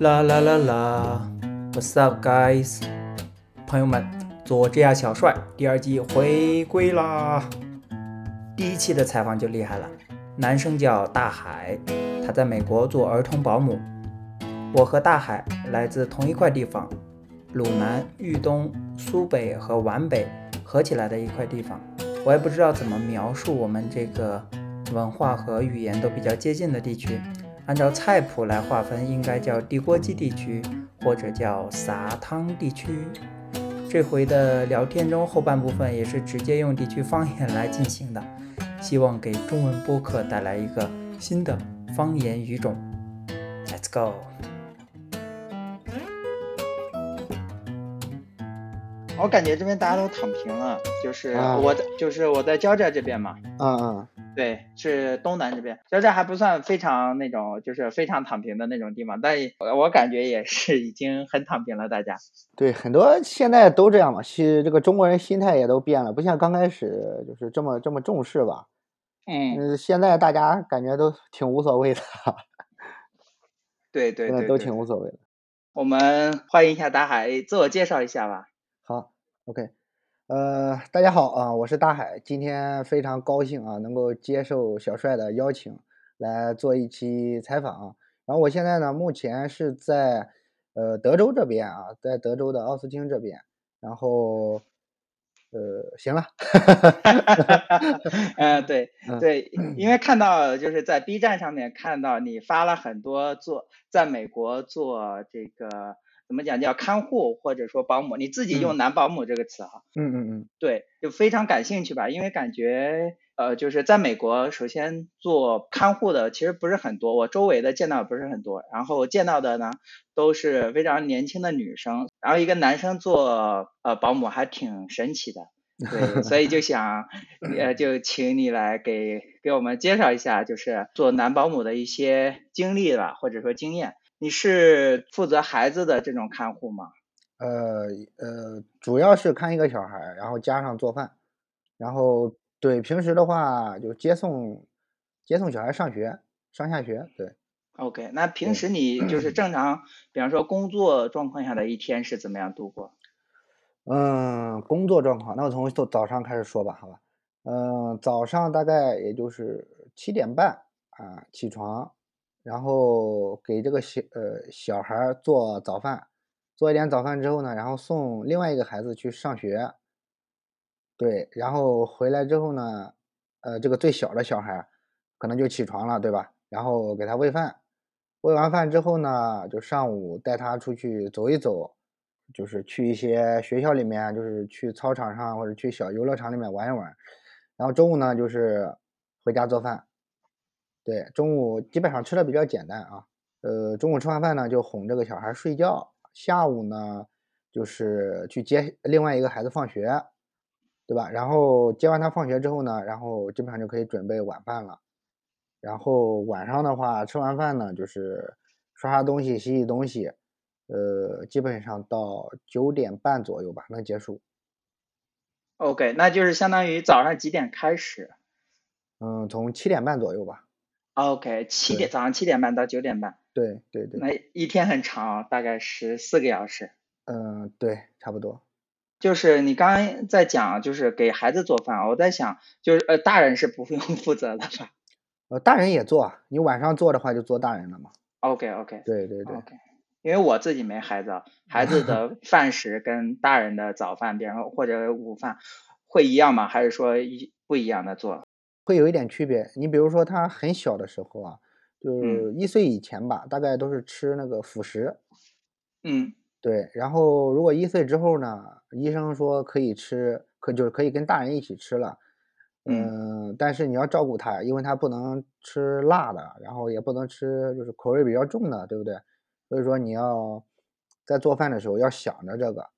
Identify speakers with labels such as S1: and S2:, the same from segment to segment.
S1: 啦啦啦啦，What's up, guys？朋友们，佐治亚小帅第二季回归啦！第一期的采访就厉害了，男生叫大海，他在美国做儿童保姆。我和大海来自同一块地方，鲁南、豫东、苏北和皖北合起来的一块地方。我也不知道怎么描述我们这个文化和语言都比较接近的地区。按照菜谱来划分，应该叫地锅鸡地区，或者叫撒汤地区。这回的聊天中后半部分也是直接用地区方言来进行的，希望给中文播客带来一个新的方言语种。Let's go！
S2: 我感觉这边大家都躺平了，就是
S3: 啊
S2: 我在，就是我在交战这边嘛，
S3: 啊
S2: 对，是东南这边，交战还不算非常那种，就是非常躺平的那种地方，但我我感觉也是已经很躺平了，大家。
S3: 对，很多现在都这样嘛，是这个中国人心态也都变了，不像刚开始就是这么这么重视吧。
S2: 嗯，
S3: 嗯，现在大家感觉都挺无所谓的，
S2: 对对
S3: 现在
S2: 对，
S3: 都
S2: 对
S3: 挺无所谓的。
S2: 我们欢迎一下大海，自我介绍一下吧。
S3: 好，OK，呃，大家好啊，我是大海，今天非常高兴啊，能够接受小帅的邀请来做一期采访啊。然后我现在呢，目前是在呃德州这边啊，在德州的奥斯汀这边。然后，呃，行了，
S2: 嗯，对
S3: 嗯
S2: 对，因为看到就是在 B 站上面看到你发了很多做在美国做这个怎么讲叫看护或者说保姆，你自己用“男保姆”这个词哈，
S3: 嗯嗯嗯，
S2: 对，就非常感兴趣吧，因为感觉呃就是在美国，首先做看护的其实不是很多，我周围的见到也不是很多，然后见到的呢都是非常年轻的女生，然后一个男生做呃保姆还挺神奇的。对，所以就想，呃，就请你来给给我们介绍一下，就是做男保姆的一些经历吧，或者说经验。你是负责孩子的这种看护吗？
S3: 呃呃，主要是看一个小孩儿，然后加上做饭，然后对平时的话就接送接送小孩上学，上下学，对。
S2: OK，那平
S3: 对
S2: 时你 就是正常，比方说工作状况下的一天是怎么样度过？
S3: 嗯，工作状况，那我从早早上开始说吧，好吧？嗯，早上大概也就是七点半啊起床，然后给这个小呃小孩儿做早饭，做一点早饭之后呢，然后送另外一个孩子去上学，对，然后回来之后呢，呃，这个最小的小孩儿可能就起床了，对吧？然后给他喂饭，喂完饭之后呢，就上午带他出去走一走，就是去一些学校里面，就是去操场上或者去小游乐场里面玩一玩。然后中午呢，就是回家做饭。对，中午基本上吃的比较简单啊。呃，中午吃完饭呢，就哄这个小孩儿睡觉。下午呢，就是去接另外一个孩子放学，对吧？然后接完他放学之后呢，然后基本上就可以准备晚饭了。然后晚上的话，吃完饭呢，就是刷刷东西、洗洗东西，呃，基本上到九点半左右吧能结束。
S2: OK，那就是相当于早上几点开始
S3: 嗯，从七点半左右吧。
S2: ？OK，七点早上七点半到九点半，
S3: 对对对，
S2: 那一天很长，哦大概十四个小时。
S3: 嗯、对，差不多。
S2: 就是你刚刚在讲，就是给孩子做饭，我在想，就是呃，大人是不用 负责的吧
S3: 呃，大人也做啊，你晚上做的话就做大人了嘛。
S2: ？OK OK
S3: 对对对，
S2: OK，因为我自己没孩子啊，孩子的 饭食跟大人的早饭，比方说或者午饭，会一样吗？还是说一不一样的做？
S3: 会有一点区别。你比如说他很小的时候啊，就
S2: 嗯
S3: 是一岁以前吧，大概都是吃那个辅食。
S2: 嗯
S3: 对，然后如果一岁之后呢，医生说可以吃，可就是可以跟大人一起吃了。
S2: 嗯
S3: 嗯，但是你要照顾他，因为他不能吃辣的，然后也不能吃就是口味比较重的，对不对？所以说你要在做饭的时候要想着这个，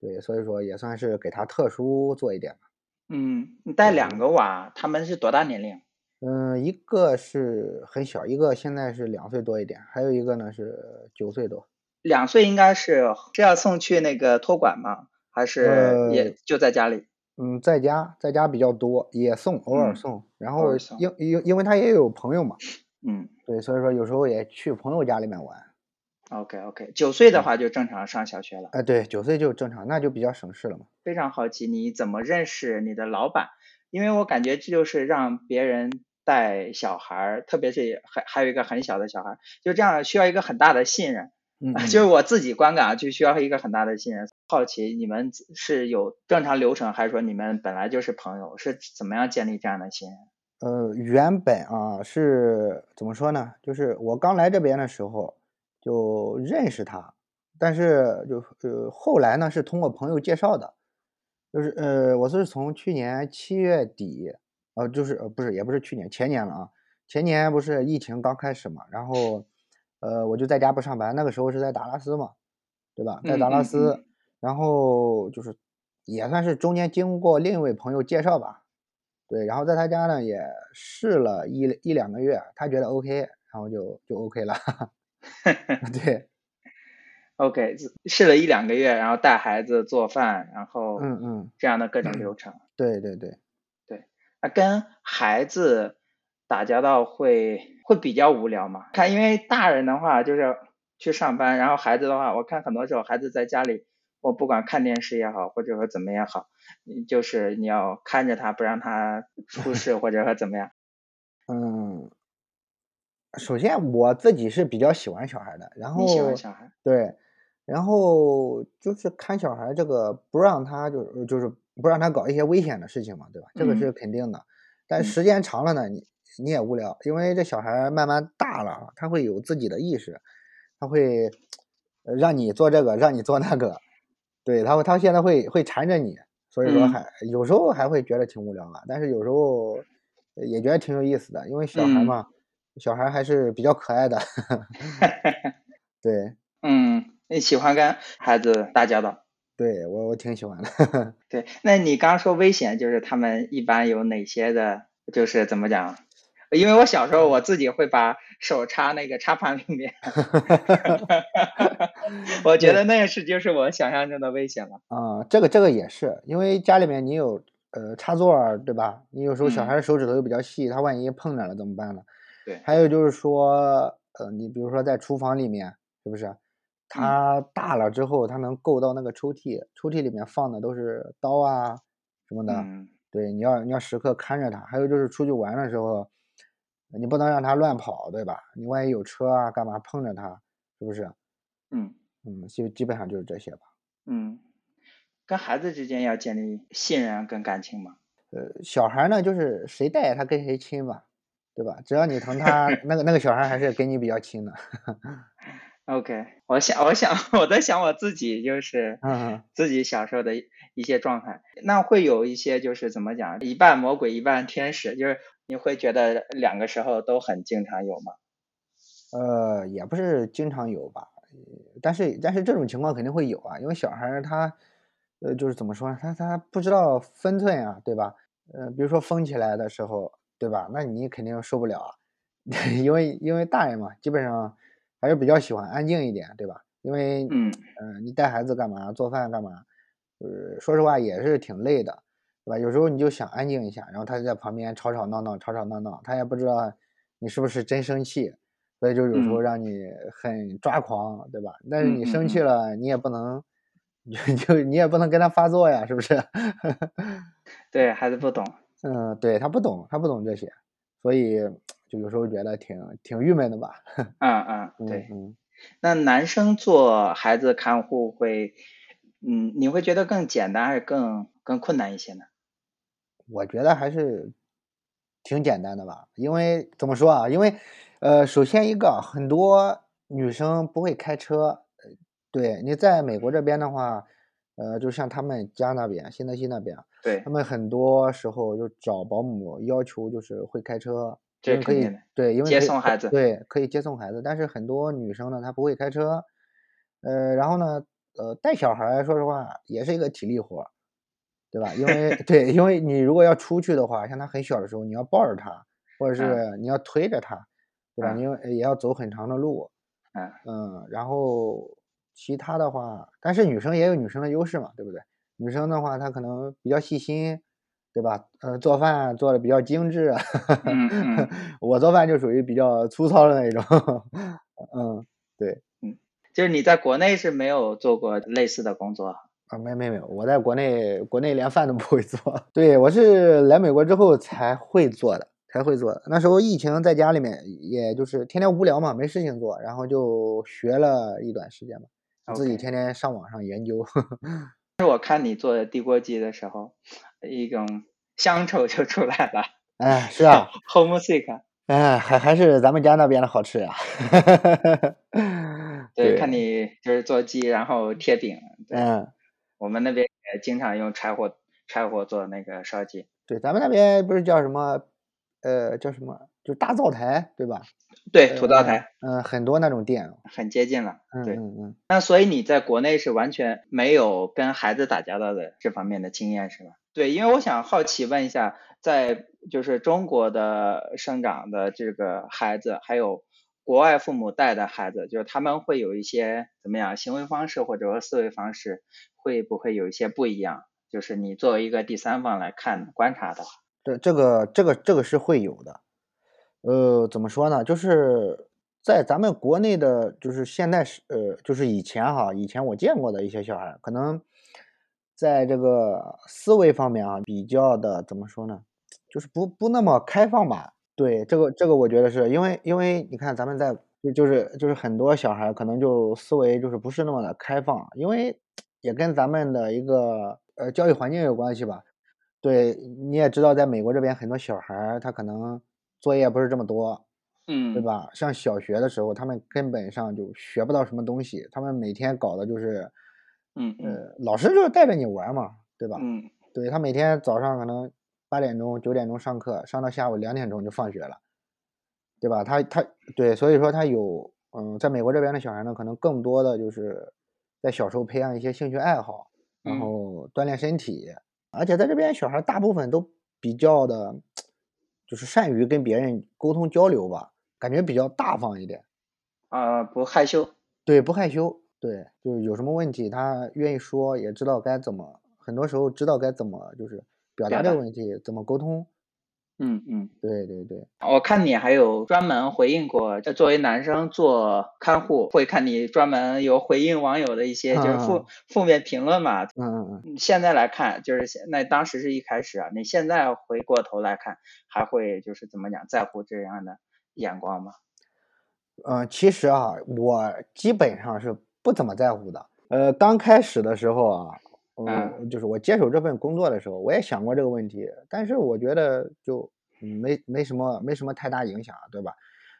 S3: 对，所以说也算是给他特殊做一点吧。
S2: 嗯，你带两个娃，他们是多大年龄？
S3: 嗯，一个是很小，一个现在是两岁多一点，还有一个呢是九岁多。
S2: 两岁应该是是要送去那个托管吗？还是也
S3: 呃
S2: 就在家里？
S3: 嗯，在家在家比较多，也送，偶尔
S2: 嗯
S3: 送。然
S2: 偶尔
S3: 后
S2: 送
S3: 因因因为他也有朋友嘛，
S2: 嗯
S3: 对，所以说有时候也去朋友家里面玩。
S2: OK OK，九岁的话就正常上小学了。
S3: 哎，对，九岁就正常，那就比较省事了嘛。
S2: 非常好奇你怎么认识你的老板，因为我感觉这就是让别人带小孩儿，特别是还还有一个很小的小孩儿，就这样需要一个很大的信任。
S3: 嗯，
S2: 就是我自己观感啊，就需要一个很大的信任。好奇你们是有正常流程，还是说你们本来就是朋友？是怎么样建立这样的信任？
S3: 呃，原本啊是怎么说呢？就是我刚来这边的时候就认识他，但是就呃后来呢是通过朋友介绍的，就是呃我是从去年七月底，呃就是呃不是也不是去年前年了啊，前年不是疫情刚开始嘛，然后呃我就在家不上班，那个时候是在达拉斯嘛，对吧？在达
S2: 嗯
S3: 拉
S2: 嗯
S3: 斯，
S2: 嗯
S3: 然后就是也算是中间经过另一位朋友介绍吧，对，然后在他家呢也试了一一两个月，他觉得 OK，然后就就 OK 了， 对，
S2: 嗯 OK，试了一两个月，然后带孩子、做饭，然后
S3: 嗯嗯，
S2: 这样的各种流程。
S3: 对对对，
S2: 那跟孩子打交道会会比较无聊嘛？看，因为大人的话就是去上班，然后孩子的话，我看很多时候孩子在家里，我不管看电视也好，或者说怎么也好，你就是你要看着他，不让他出事，或者说怎么样。
S3: 嗯，首先我自己是比较喜欢小孩的， 然后
S2: 你喜欢小孩？
S3: 对，然后就是看小孩这个不让他就是就是不让他搞一些危险的事情嘛，对吧？这个
S2: 嗯
S3: 是肯定的，但
S2: 嗯
S3: 时间长了呢，你你也无聊，因为这小孩慢慢大了啊，他会有自己的意识，他会呃让你做这个，让你做那个，对，他会他现在会会缠着你，所以说
S2: 嗯
S3: 还、有时候还会觉得挺无聊啊，但是有时候也觉得挺有意思的，因为小孩
S2: 嗯
S3: 嘛，小孩还是比较可 爱的， 对
S2: 嗯，你喜欢跟孩子打交道？
S3: 对，我我挺喜欢的。
S2: 对，那你刚刚说危险，就是他们一般有哪些的？就是怎么讲？因为我小时候我自己会把手插那个插盘里面， 我觉得那个是就是我想象中的危险了。
S3: 啊、这个这个也是，因为家里面你有呃插座儿，对吧？你有时候小
S2: 嗯
S3: 孩儿手指头又比较细，他万一碰着了怎么办呢？
S2: 对
S3: 还有就是说，呃，你比如说在厨房里面，是不
S2: 嗯
S3: 是？他大了之后，他能够到那个抽屉，抽屉里面放的都是刀啊什么的。
S2: 嗯
S3: 对，你要你要时刻看着他。还有就是出去玩的时候，你不能让他乱跑，对吧？你万一有车啊干嘛碰着他，是不是？
S2: 嗯
S3: 嗯，基基本上就是这些吧。
S2: 嗯，跟孩子之间要建立信任跟感情嘛。
S3: 呃，小孩儿呢，就是谁带他跟谁亲吧，对吧？只要你疼他，那个那个小孩儿还是跟你比较亲的。
S2: OK，我想， 我想，我在想我自己，就是
S3: 嗯
S2: 自己小时候的一一些状态。那会有一些就是怎么讲，一半魔鬼一半天使，就是你会觉得两个时候都很经常有吗？
S3: 呃，也不是经常有吧，呃但是但是这种情况肯定会有啊，因为小孩儿他，呃，就是怎么说呢，他他不知道分寸啊，对吧？呃，比如说疯起来的时候，对吧？那你肯定受不了啊， 因为因为大人嘛，基本上还是比较喜欢安静一点，对吧？因为，
S2: 嗯
S3: 呃，你带孩子干嘛？做饭干嘛？就是说实话也是挺累的，对吧？有时候你就想安静一下，然后他就在旁边吵吵闹闹，吵吵闹闹，他也不知道你是不是真生气。所以就有时候
S2: 嗯
S3: 让你很抓狂，对吧？但是
S2: 嗯
S3: 你
S2: 嗯
S3: 生气
S2: 嗯
S3: 了，你也不能，你就 就你也不能跟他发作呀，是不是？
S2: 对，孩子不懂。
S3: 嗯，对他不懂，他不懂这些，所以就有时候觉得挺挺郁闷的吧。
S2: 嗯嗯，
S3: 嗯
S2: 对。
S3: 嗯，
S2: 那男生做孩子看护会，嗯，你会觉得更简单还是更更困难一些呢？
S3: 我觉得还是挺简单的吧，因为怎么说啊？因为呃，首先一个很多女生不会开车，呃对你在美国这边的话，呃，就像他们家那边、新泽西那边。啊
S2: 对
S3: 他，们很多时候就找保姆，要求就是会开车，
S2: 这
S3: 因为
S2: 是
S3: 可
S2: 肯
S3: 以
S2: 定的
S3: 对，因为
S2: 接
S3: 可以
S2: 送
S3: 可
S2: 孩子。
S3: 对可以接送孩子，但是很多女生呢，她不会开车，呃，然后呢，呃，带小孩儿说实话也是一个体力活儿，对吧？因为对，因为你如果要出去的话，像他很小的时候，你要抱着他，或者
S2: 嗯
S3: 是你要推着他，对吧？
S2: 嗯
S3: 你要也要走很长的路，
S2: 嗯
S3: 嗯，然后其他的话，但是女生也有女生的优势嘛，对不对？女生的话，她可能比较细心，对吧？呃，做饭做的比较精致，啊
S2: 嗯嗯
S3: 我做饭就属于比较粗糙的那种。嗯，对，
S2: 嗯。就是你在国内是没有做过类似的工作。
S3: 啊，没没没，我在国内国内连饭都不会做。 对我是来美国之后才会做的，才会做的。那时候疫情在家里面，也就是天天无聊嘛，没事情做，然后就学了一段时间嘛，自己
S2: OK
S3: 天天上网上研究。
S2: 但是我看你做的地锅鸡的时候，一种乡愁就出来了
S3: 哎，是啊，
S2: ，homesick。
S3: 哎，还还是咱们家那边的好吃呀、
S2: 对，看你就是做鸡，然后贴饼。对，
S3: 嗯，
S2: 我们那边也经常用柴火柴火做那个烧鸡。
S3: 对，咱们那边不是叫什么，呃，叫什么，就是大灶台，对吧？
S2: 对，土灶
S3: 呃
S2: 台，
S3: 嗯、很多那种店。
S2: 很接近了。
S3: 嗯
S2: 对，
S3: 嗯嗯，
S2: 那所以你在国内是完全没有跟孩子打交道的这方面的经验是吧？对，因为我想好奇问一下，在就是中国的生长的这个孩子，还有国外父母带的孩子，就是他们会有一些怎么样行为方式或者说思维方式，会不会有一些不一样？就是你作为一个第三方来看观察的话，
S3: 这这个这个这个是会有的。呃，怎么说呢？就是在咱们国内的，就是现在是呃，就是以前哈，以前我见过的一些小孩儿，可能在这个思维方面啊，比较的怎么说呢？就是不不那么开放吧。对，这个这个我觉得是因为因为你看咱们在就就是就是很多小孩儿可能就思维就是不是那么的开放，因为也跟咱们的一个呃教育环境有关系吧。对，你也知道，在美国这边很多小孩儿他可能作业不是这么多，
S2: 嗯，
S3: 对？吧？像小学的时候，他们根本上就学不到什么东西，他们每天搞的就是，
S2: 嗯嗯
S3: 呃，老师就是带着你玩儿嘛，对吧？
S2: 嗯，
S3: 对他每天早上可能八点钟、九点钟上课，上到下午两点钟就放学了，对吧？他他对，所以说他有嗯，在美国这边的小孩呢，可能更多的就是在小时候培养一些兴趣爱好，然
S2: 嗯
S3: 后锻炼身体，而且在这边小孩大部分都比较的，就是善于跟别人沟通交流吧，感觉比较大方一点，
S2: 啊、不害羞，
S3: 对，不害羞，对，就是有什么问题他愿意说，也知道该怎么，很多时候知道该怎么就是表
S2: 表
S3: 达这个
S2: 达
S3: 问题，怎么沟通，
S2: 嗯嗯。
S3: 对对对。
S2: 我看你还有专门回应过，呃作为男生做看护，会看你专门有回应网友的一些就是负、
S3: 啊
S2: 负面评论嘛。
S3: 嗯嗯嗯，
S2: 嗯现在来看，就是现那当时是一开始啊，你现在回过头来看，还会就是怎么讲在乎这样的眼光吗？
S3: 呃，其实啊，我基本上是不怎么在乎的。呃，刚开始的时候啊，嗯，
S2: 嗯
S3: 就是我接手这份工作的时候，我也想过这个问题，但是我觉得就嗯没没什么没什么太大影响，啊对吧？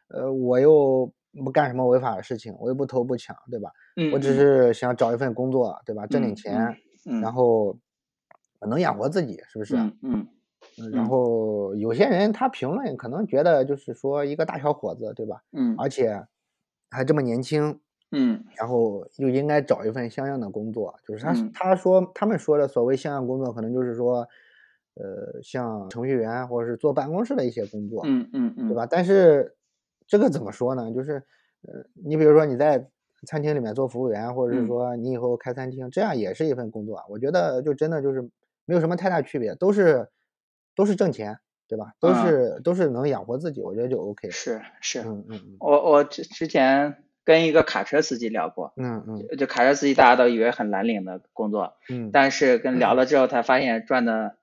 S3: 呃，我又不干什么违法的事情，我又不偷不抢，对吧？
S2: 嗯，
S3: 我只
S2: 嗯
S3: 是想找一份工作，对吧？挣点
S2: 嗯
S3: 钱，
S2: 嗯，
S3: 然后能养活自己，是不是？啊
S2: 嗯嗯
S3: 嗯然
S2: 嗯
S3: 后有些人他评论可能觉得就是说一个大小伙子，对吧？
S2: 嗯
S3: 而且还这么年轻，
S2: 嗯
S3: 然后就应该找一份像样的工作。就是他、
S2: 嗯
S3: 他说他们说的所谓像样工作，可能就是说，呃，像程序员或者是坐办公室的一些工作，
S2: 嗯嗯嗯，
S3: 对吧？但是这个怎么说呢？就是呃，你比如说你在餐厅里面做服务员，或者是
S2: 嗯
S3: 说你以后开餐厅，这样也是一份工作啊。我觉得就真的就是没有什么太大区别，都是都是挣钱，对吧？都
S2: 嗯
S3: 是、都是能养活自己，我觉得就 OK。
S2: 是是，
S3: 嗯嗯
S2: 我我之之前跟一个卡车司机聊过，
S3: 嗯嗯
S2: 就卡车司机大家都以为很蓝领的工作，
S3: 嗯嗯，
S2: 但是跟聊了之后，才发现赚的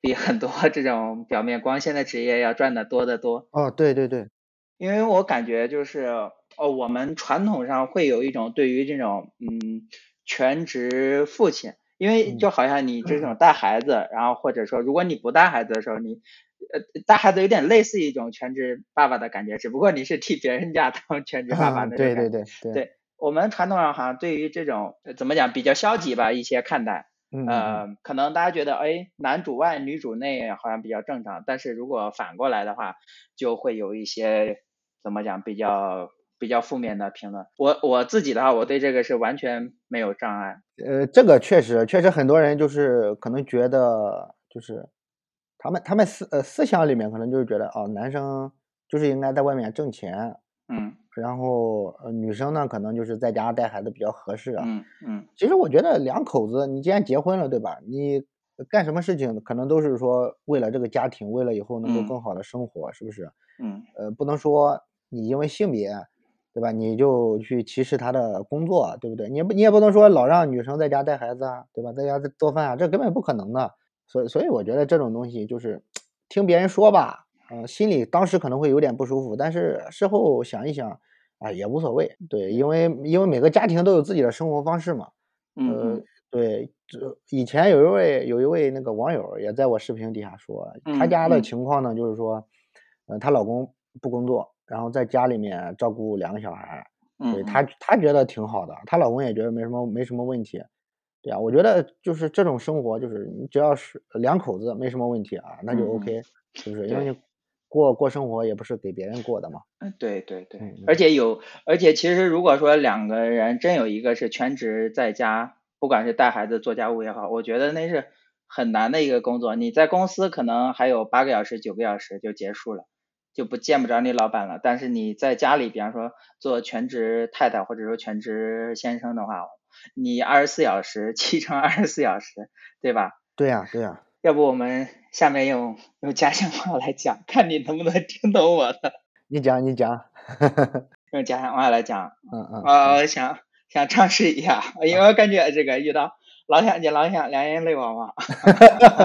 S2: 比很多这种表面光鲜的职业要赚的多得多。
S3: 哦，对对对，
S2: 因为我感觉就是，哦，我们传统上会有一种对于这种嗯全职父亲，因为
S3: 嗯
S2: 就好像你这种带孩子，然后或者说如果你不带孩子的时候，你呃带孩子有点类似一种全职爸爸的感觉，只不过你是替别人家当全职爸爸
S3: 嗯
S2: 那种
S3: 对
S2: 感
S3: 对
S2: 觉。
S3: 对对
S2: 对我们传统上好像对于这种呃怎么讲比较消极吧一些看待，
S3: 嗯嗯嗯
S2: 呃，可能大家觉得哎男主外女主内好像比较正常，但是如果反过来的话，就会有一些怎么讲比较比较负面的评论。我我自己的话，我对这个是完全没有障碍。
S3: 呃，这个确实，确实很多人就是可能觉得，就是他们他们思呃思想里面可能就是觉得，哦，男生就是应该在外面挣钱，
S2: 嗯
S3: 然后呃女生呢可能就是在家带孩子比较合适啊。
S2: 嗯嗯
S3: 其实我觉得两口子，你既然结婚了，对吧？你干什么事情可能都是说为了这个家庭，为了以后能够
S2: 嗯
S3: 啊更好的生活，是不是？
S2: 嗯
S3: 呃，不能说你因为性别，对吧？你就去歧视她的工作，对不对？你也不你也不能说老让女生在家带孩子啊，对吧？在家做饭啊，这根本不可能的。所以所以我觉得这种东西就是听别人说吧，嗯、心里当时可能会有点不舒服，但是事后想一想啊，也无所谓。对，因为因为每个家庭都有自己的生活方式嘛。呃
S2: 嗯，
S3: 对，这以前有一位有一位那个网友也在我视频底下说，她
S2: 嗯
S3: 家的
S2: 嗯
S3: 情况呢，就是说，呃，她老公不工作，然后在家里面照顾两个小孩儿，
S2: 嗯
S3: 对
S2: 嗯
S3: 她她觉得挺好的，她老公也觉得没什么没什么问题，对啊，我觉得就是这种生活，就是你只要是两口子没什么问题啊，那就
S2: 嗯嗯
S3: OK，是不是？因为
S2: 对
S3: 你过过生活也不是给别人过的嘛，
S2: 嗯，对对对
S3: 嗯，
S2: 而且有，而且其实如果说两个人真有一个是全职在家，不管是带孩子、做家务也好，我觉得那是很难的一个工作。你在公司可能还有八个小时、九个小时就结束了，就不见不着你老板了。但是你在家里，比方说做全职太太或者说全职先生的话，你二十四小时七乘二十四小时，对吧？
S3: 对呀、对呀、
S2: 要不我们下面用用家乡话来讲，看你能不能听懂我的。
S3: 你讲你讲，
S2: 用家乡话来讲，
S3: 嗯嗯，
S2: 我啊想想尝试一下，因为我感觉这个遇到老乡见老乡，两眼泪汪 汪。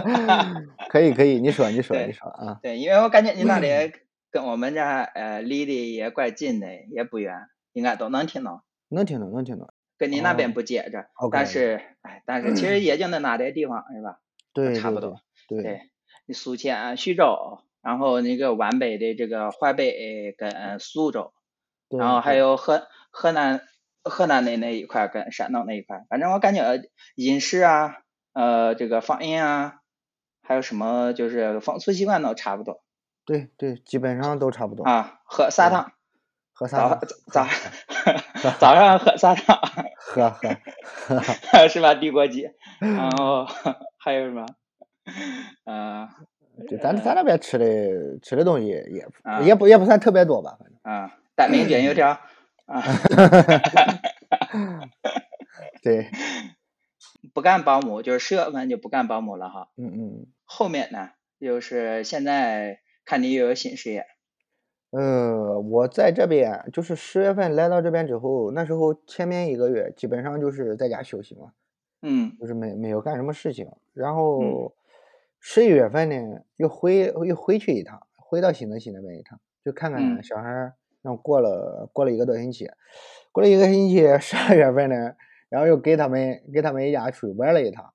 S3: 可以可以，你说你说
S2: 对
S3: 你说啊，
S2: 对，因为我感觉你那
S3: 嗯
S2: 里跟我们这儿呃离得也怪近的，也不远，应该都能听懂。
S3: 能听懂能听懂。
S2: 跟你那
S3: 哦
S2: 边不接着，
S3: OK，
S2: 但是哎，但是其实也就那那点地方是吧？
S3: 对
S2: 差
S3: 对
S2: 不多
S3: 对对
S2: 对，你宿迁、徐州，然后那个皖北的这个淮北跟苏州，
S3: 对
S2: 然后还
S3: 对
S2: 有河河南河南的那一块儿跟山东那一块儿，反正我感觉饮食啊，呃，这个方言啊，还有什么就是风俗习惯都差不多
S3: 对对，基本上都差不多。
S2: 啊。喝砂
S3: 对
S2: 糖，
S3: 喝
S2: 早
S3: 啥？
S2: 早早上喝砂糖
S3: 喝喝 喝，
S2: 是吧？地锅 鸡，然后 还有什么？呃
S3: 对，咱咱那边吃的吃的东西也
S2: 啊
S3: 也不也不算特别多吧， 反正
S2: 啊，蛋饼 卷油条啊，
S3: 对，
S2: 不干保姆就是十月份就不干保姆了哈。
S3: 嗯嗯
S2: 后面呢，就是现在看你又有新事业，
S3: 呃，我在这边就是十月份来到这边之后，那时候前面一个月基本上就是在家休息嘛，
S2: 嗯
S3: 就是没没有干什么事情。然后十一月份呢，又回又回去一趟，回到新泽西那边一趟，就看看
S2: 嗯
S3: 小孩儿。然后过了过了一个多星期，过了一个星期，十二月份呢，然后又给他们给他们一家出去玩了一趟。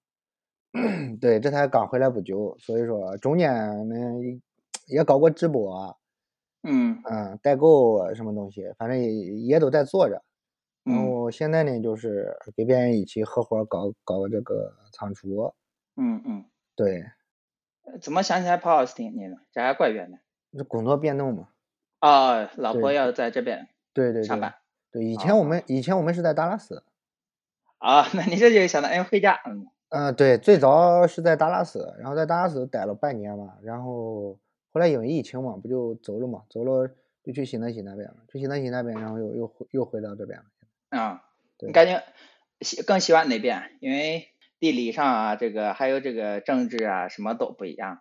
S3: 对，这才刚回来不久，所以说中间呢也搞过直播啊，
S2: 嗯
S3: 嗯，代购啊什么东西，反正也也都在做着。然
S2: 嗯
S3: 后现在呢，就是给别人一起合伙搞搞这个仓储，
S2: 嗯嗯，
S3: 对，
S2: 呃怎么想起来跑奥斯汀你了？这还怪远的
S3: 这工作变动嘛，
S2: 哦，老
S3: 对
S2: 婆要在这边
S3: 对对
S2: 上
S3: 对
S2: 班哦
S3: 对。以前我们以前我们是在达拉斯，
S2: 啊、那你这就想到哎回家，嗯
S3: 嗯，对，最早是在达拉斯，然后在达拉斯待了半年嘛，然后后来因为疫情嘛，不就走了嘛，走了就去新泽西那边了，去新泽西那边，然后又又回又回到这边了。
S2: 啊、
S3: 对
S2: 你感觉喜更喜欢哪边？啊因为地理上啊，这个还有这个政治啊，什么都不一样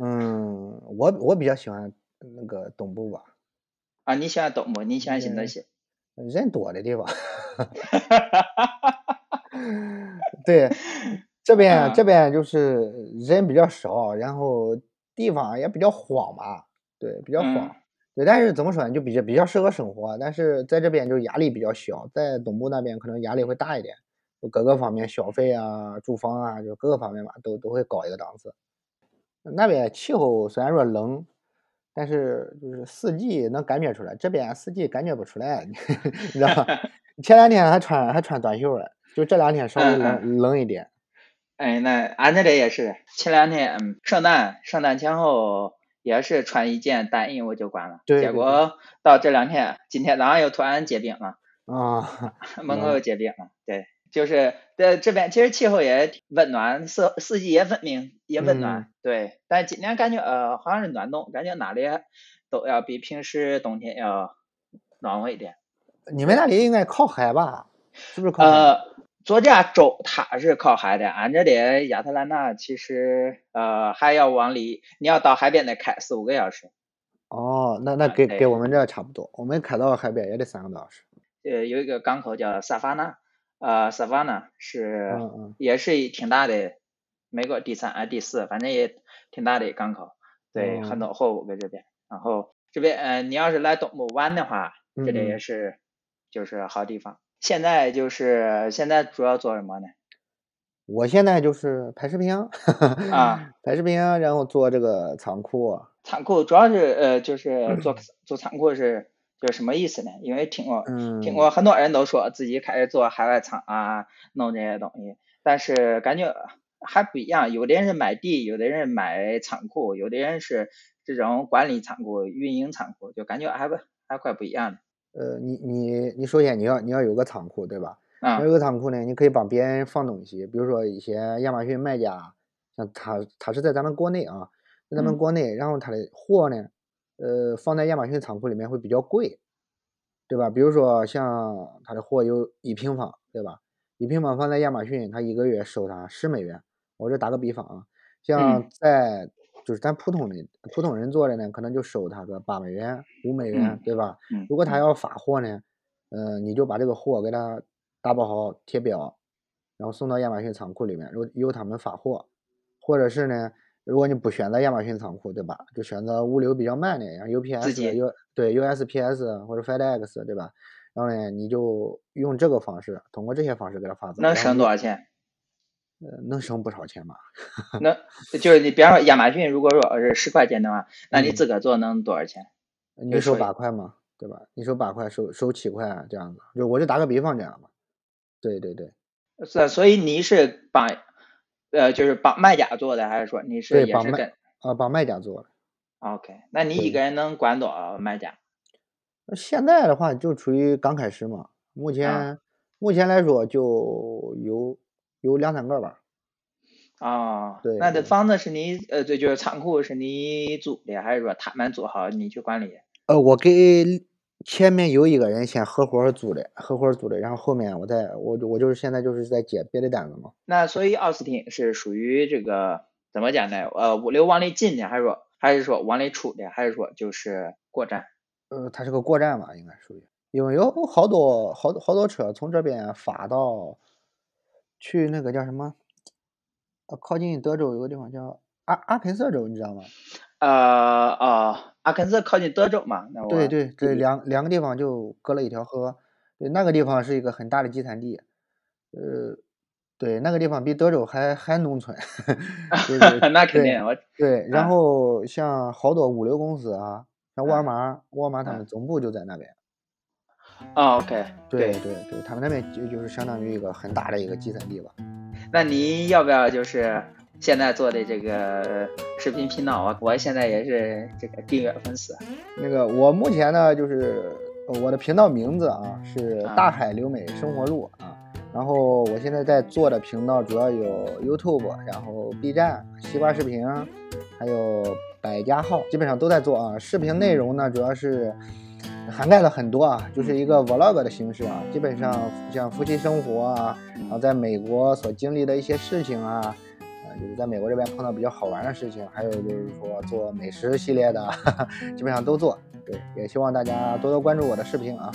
S3: 嗯，我我比较喜欢那个东部吧，
S2: 啊。你喜欢东部，你喜欢新泽
S3: 嗯
S2: 西，
S3: 人多的地方。对，这边这
S2: 啊
S3: 边就是人比较少，然后地方也比较荒吧，对，比较荒。
S2: 嗯
S3: 对，但是怎么说呢，就比较比较适合生活，啊但是在这边就压力比较小，在东部那边可能压力会大一点，就各个方面消费啊、住房啊，就各个方面吧，都都会高一个档次。那边气候虽然说冷，但是就是四季能感觉出来，这边啊四季感觉不出来， 你 知道吧？前两天还穿还穿短袖儿，就这两天稍微
S2: 嗯
S3: 冷、冷一点。
S2: 哎，那俺这里也是，前两天嗯，圣诞圣诞前后也是穿一件单衣我就关了，
S3: 对对
S2: 结
S3: 对
S2: 果到这两天，今天早上又突然结冰了，
S3: 啊，
S2: 门口
S3: 嗯
S2: 又结冰了，对，就是在这边其实气候也挺温暖，四四季也分明也温暖，
S3: 嗯
S2: 对，但今年感觉呃好像是暖冬，感觉哪里都要比平时冬天要暖和一点。
S3: 你们那里应该靠海吧？是不是靠海？
S2: 呃，佐治亚州它是靠海的，俺这里亚特兰大其实呃还要往里，你要到海边得开四五个小时。
S3: 哦，那那
S2: 啊
S3: 给给
S2: 对
S3: 我们这儿差不多，我们开到海边也得三个多小时。
S2: 呃，有一个港口叫萨凡纳，呃，萨凡纳是
S3: 嗯嗯
S2: 也是挺大的，美国第三啊第四，反正也挺大的港口，对，很
S3: 哦
S2: 暖和我们这边。然后这边呃，你要是来东部湾的话，这里
S3: 嗯
S2: 也
S3: 嗯
S2: 是就是好地方。现在就是现在主要做什么呢？
S3: 我现在就是拍视频啊，
S2: 啊
S3: 拍视频啊，然后做这个仓库啊。
S2: 仓库主要是呃， 就是做做仓库是就是什么意思呢？因为听过听
S3: 嗯
S2: 过很多人都说自己开始做海外仓啊，弄这些东西，但是感觉还不一样。有的人是买地，有的人买仓库，有的人是这种管理仓库、运营仓库，就感觉还不还快不一样的。
S3: 呃，你你你首先你要你要有个仓库，对吧？你要
S2: 嗯
S3: 有个仓库呢，你可以帮别人放东西，比如说一些亚马逊卖家，像他他是在咱们国内啊，在咱们
S2: 嗯
S3: 国内，然后他的货呢，呃，放在亚马逊仓库里面会比较贵，对吧？比如说像他的货有一平方，对吧？一平方放在亚马逊，他一个月收他十美元，我这打个比方啊，像
S2: 嗯
S3: 在就是咱普通人普通人做的呢，可能就收他个八美元、五美元，
S2: 嗯
S3: 对吧？
S2: 嗯
S3: 如果他
S2: 嗯
S3: 要发货呢，呃，你就把这个货给他打包好、贴标，然后送到亚马逊仓库里面，由由他们发货，或者是呢，如果你不选择亚马逊仓库，对吧？就选择物流比较慢的，像
S2: 自
S3: UPS、
S2: 己
S3: U 对 USPS 或者 FedEx，对吧？然后呢，你就用这个方式，通过这些方式给他发走，
S2: 能
S3: 然后
S2: 省
S3: 你
S2: 多少钱？
S3: 呃能省不少钱吧？
S2: 能就是你比方说亚马逊，如果说是十块钱的话，那你
S3: 嗯，
S2: 自个儿做能多少钱？
S3: 你
S2: 就
S3: 收
S2: 说
S3: 八块嘛，对吧？你收八块，收收七块这样子，就我就打个比方这样吧。对对对
S2: 所所以你是帮，呃，就是帮卖家做的，还是说你是
S3: 对，
S2: 也
S3: 帮
S2: 是
S3: 卖
S2: 跟
S3: 啊、帮卖家做的，
S2: ？OK，那你一
S3: 对。
S2: 个人能管多少卖家
S3: 那现在的话就处于刚开始嘛，目
S2: 啊？
S3: 前目前来说就有有两三个吧。
S2: 哦，
S3: 对
S2: 那这
S3: 对，
S2: 房子是你呃，对，就是仓库是你租的，还是说他们租好你去管理？
S3: 呃，我给前面有一个人先合伙儿租的，合伙儿租的，然后后面我再我就我就是现在就是在接别的单子嘛。
S2: 那所以奥斯汀是属于这个怎么讲呢？呃，物流往里进的，还是说还是说往里出的，还是说就是过站？
S3: 呃，它是个过站吧，应该属于，因为有好多好多好多车从这边发到去那个叫什么，呃，靠近德州有个地方叫阿阿肯色州，你知道吗？
S2: 呃哦，阿肯色靠近德州嘛？那
S3: 对
S2: 我
S3: 对，这两两个地方就隔了一条河，对，那个地方是一个很大的集散地，呃，对，那个地方比德州还还农村， 就是
S2: 那肯
S3: 对
S2: 定我
S3: 对，然
S2: 啊
S3: 后像好多物流公司啊，像沃尔
S2: 啊
S3: 玛儿、沃尔玛他
S2: 啊
S3: 们总部就在那边，
S2: 哦，OK，
S3: 对
S2: 对。
S3: 对对，他们那边就就是相当于一个很大的一个集散地吧。
S2: 那你要不要就是现在做的这个视频频道啊？我现在也是这个订阅粉丝啊
S3: 那个我目前呢，就是呃我的频道名字啊是大
S2: 啊
S3: 海留美生活路啊，然后我现在在做的频道主要有 YouTube，然后 B 站、西瓜视频，还有百家号，基本上都在做啊。视频内
S2: 嗯
S3: 容呢，主要是涵盖了很多啊，就是
S2: 嗯
S3: 一个
S2: 嗯
S3: vlog 的形式啊，基本上
S2: 嗯
S3: 像夫妻生活啊，然后
S2: 嗯
S3: 在美国所经历的一些事情啊。啊，就是在美国这边碰到比较好玩的事情，还有就是说做美食系列的， 基本上都做。对，也希望大家多多关注我的视频啊。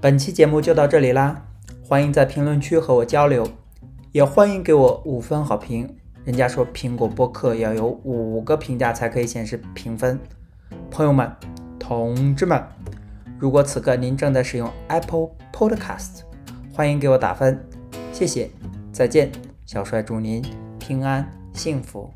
S1: 本期节目就到这里啦，欢迎在评论区和我交流，也欢迎给我五分好评。人家说苹果播客要有五个评价才可以显示评分。朋友们，同志们，如果此刻您正在使用 Apple Podcast，欢迎给我打分，谢谢，再见。小帅祝您平安幸福。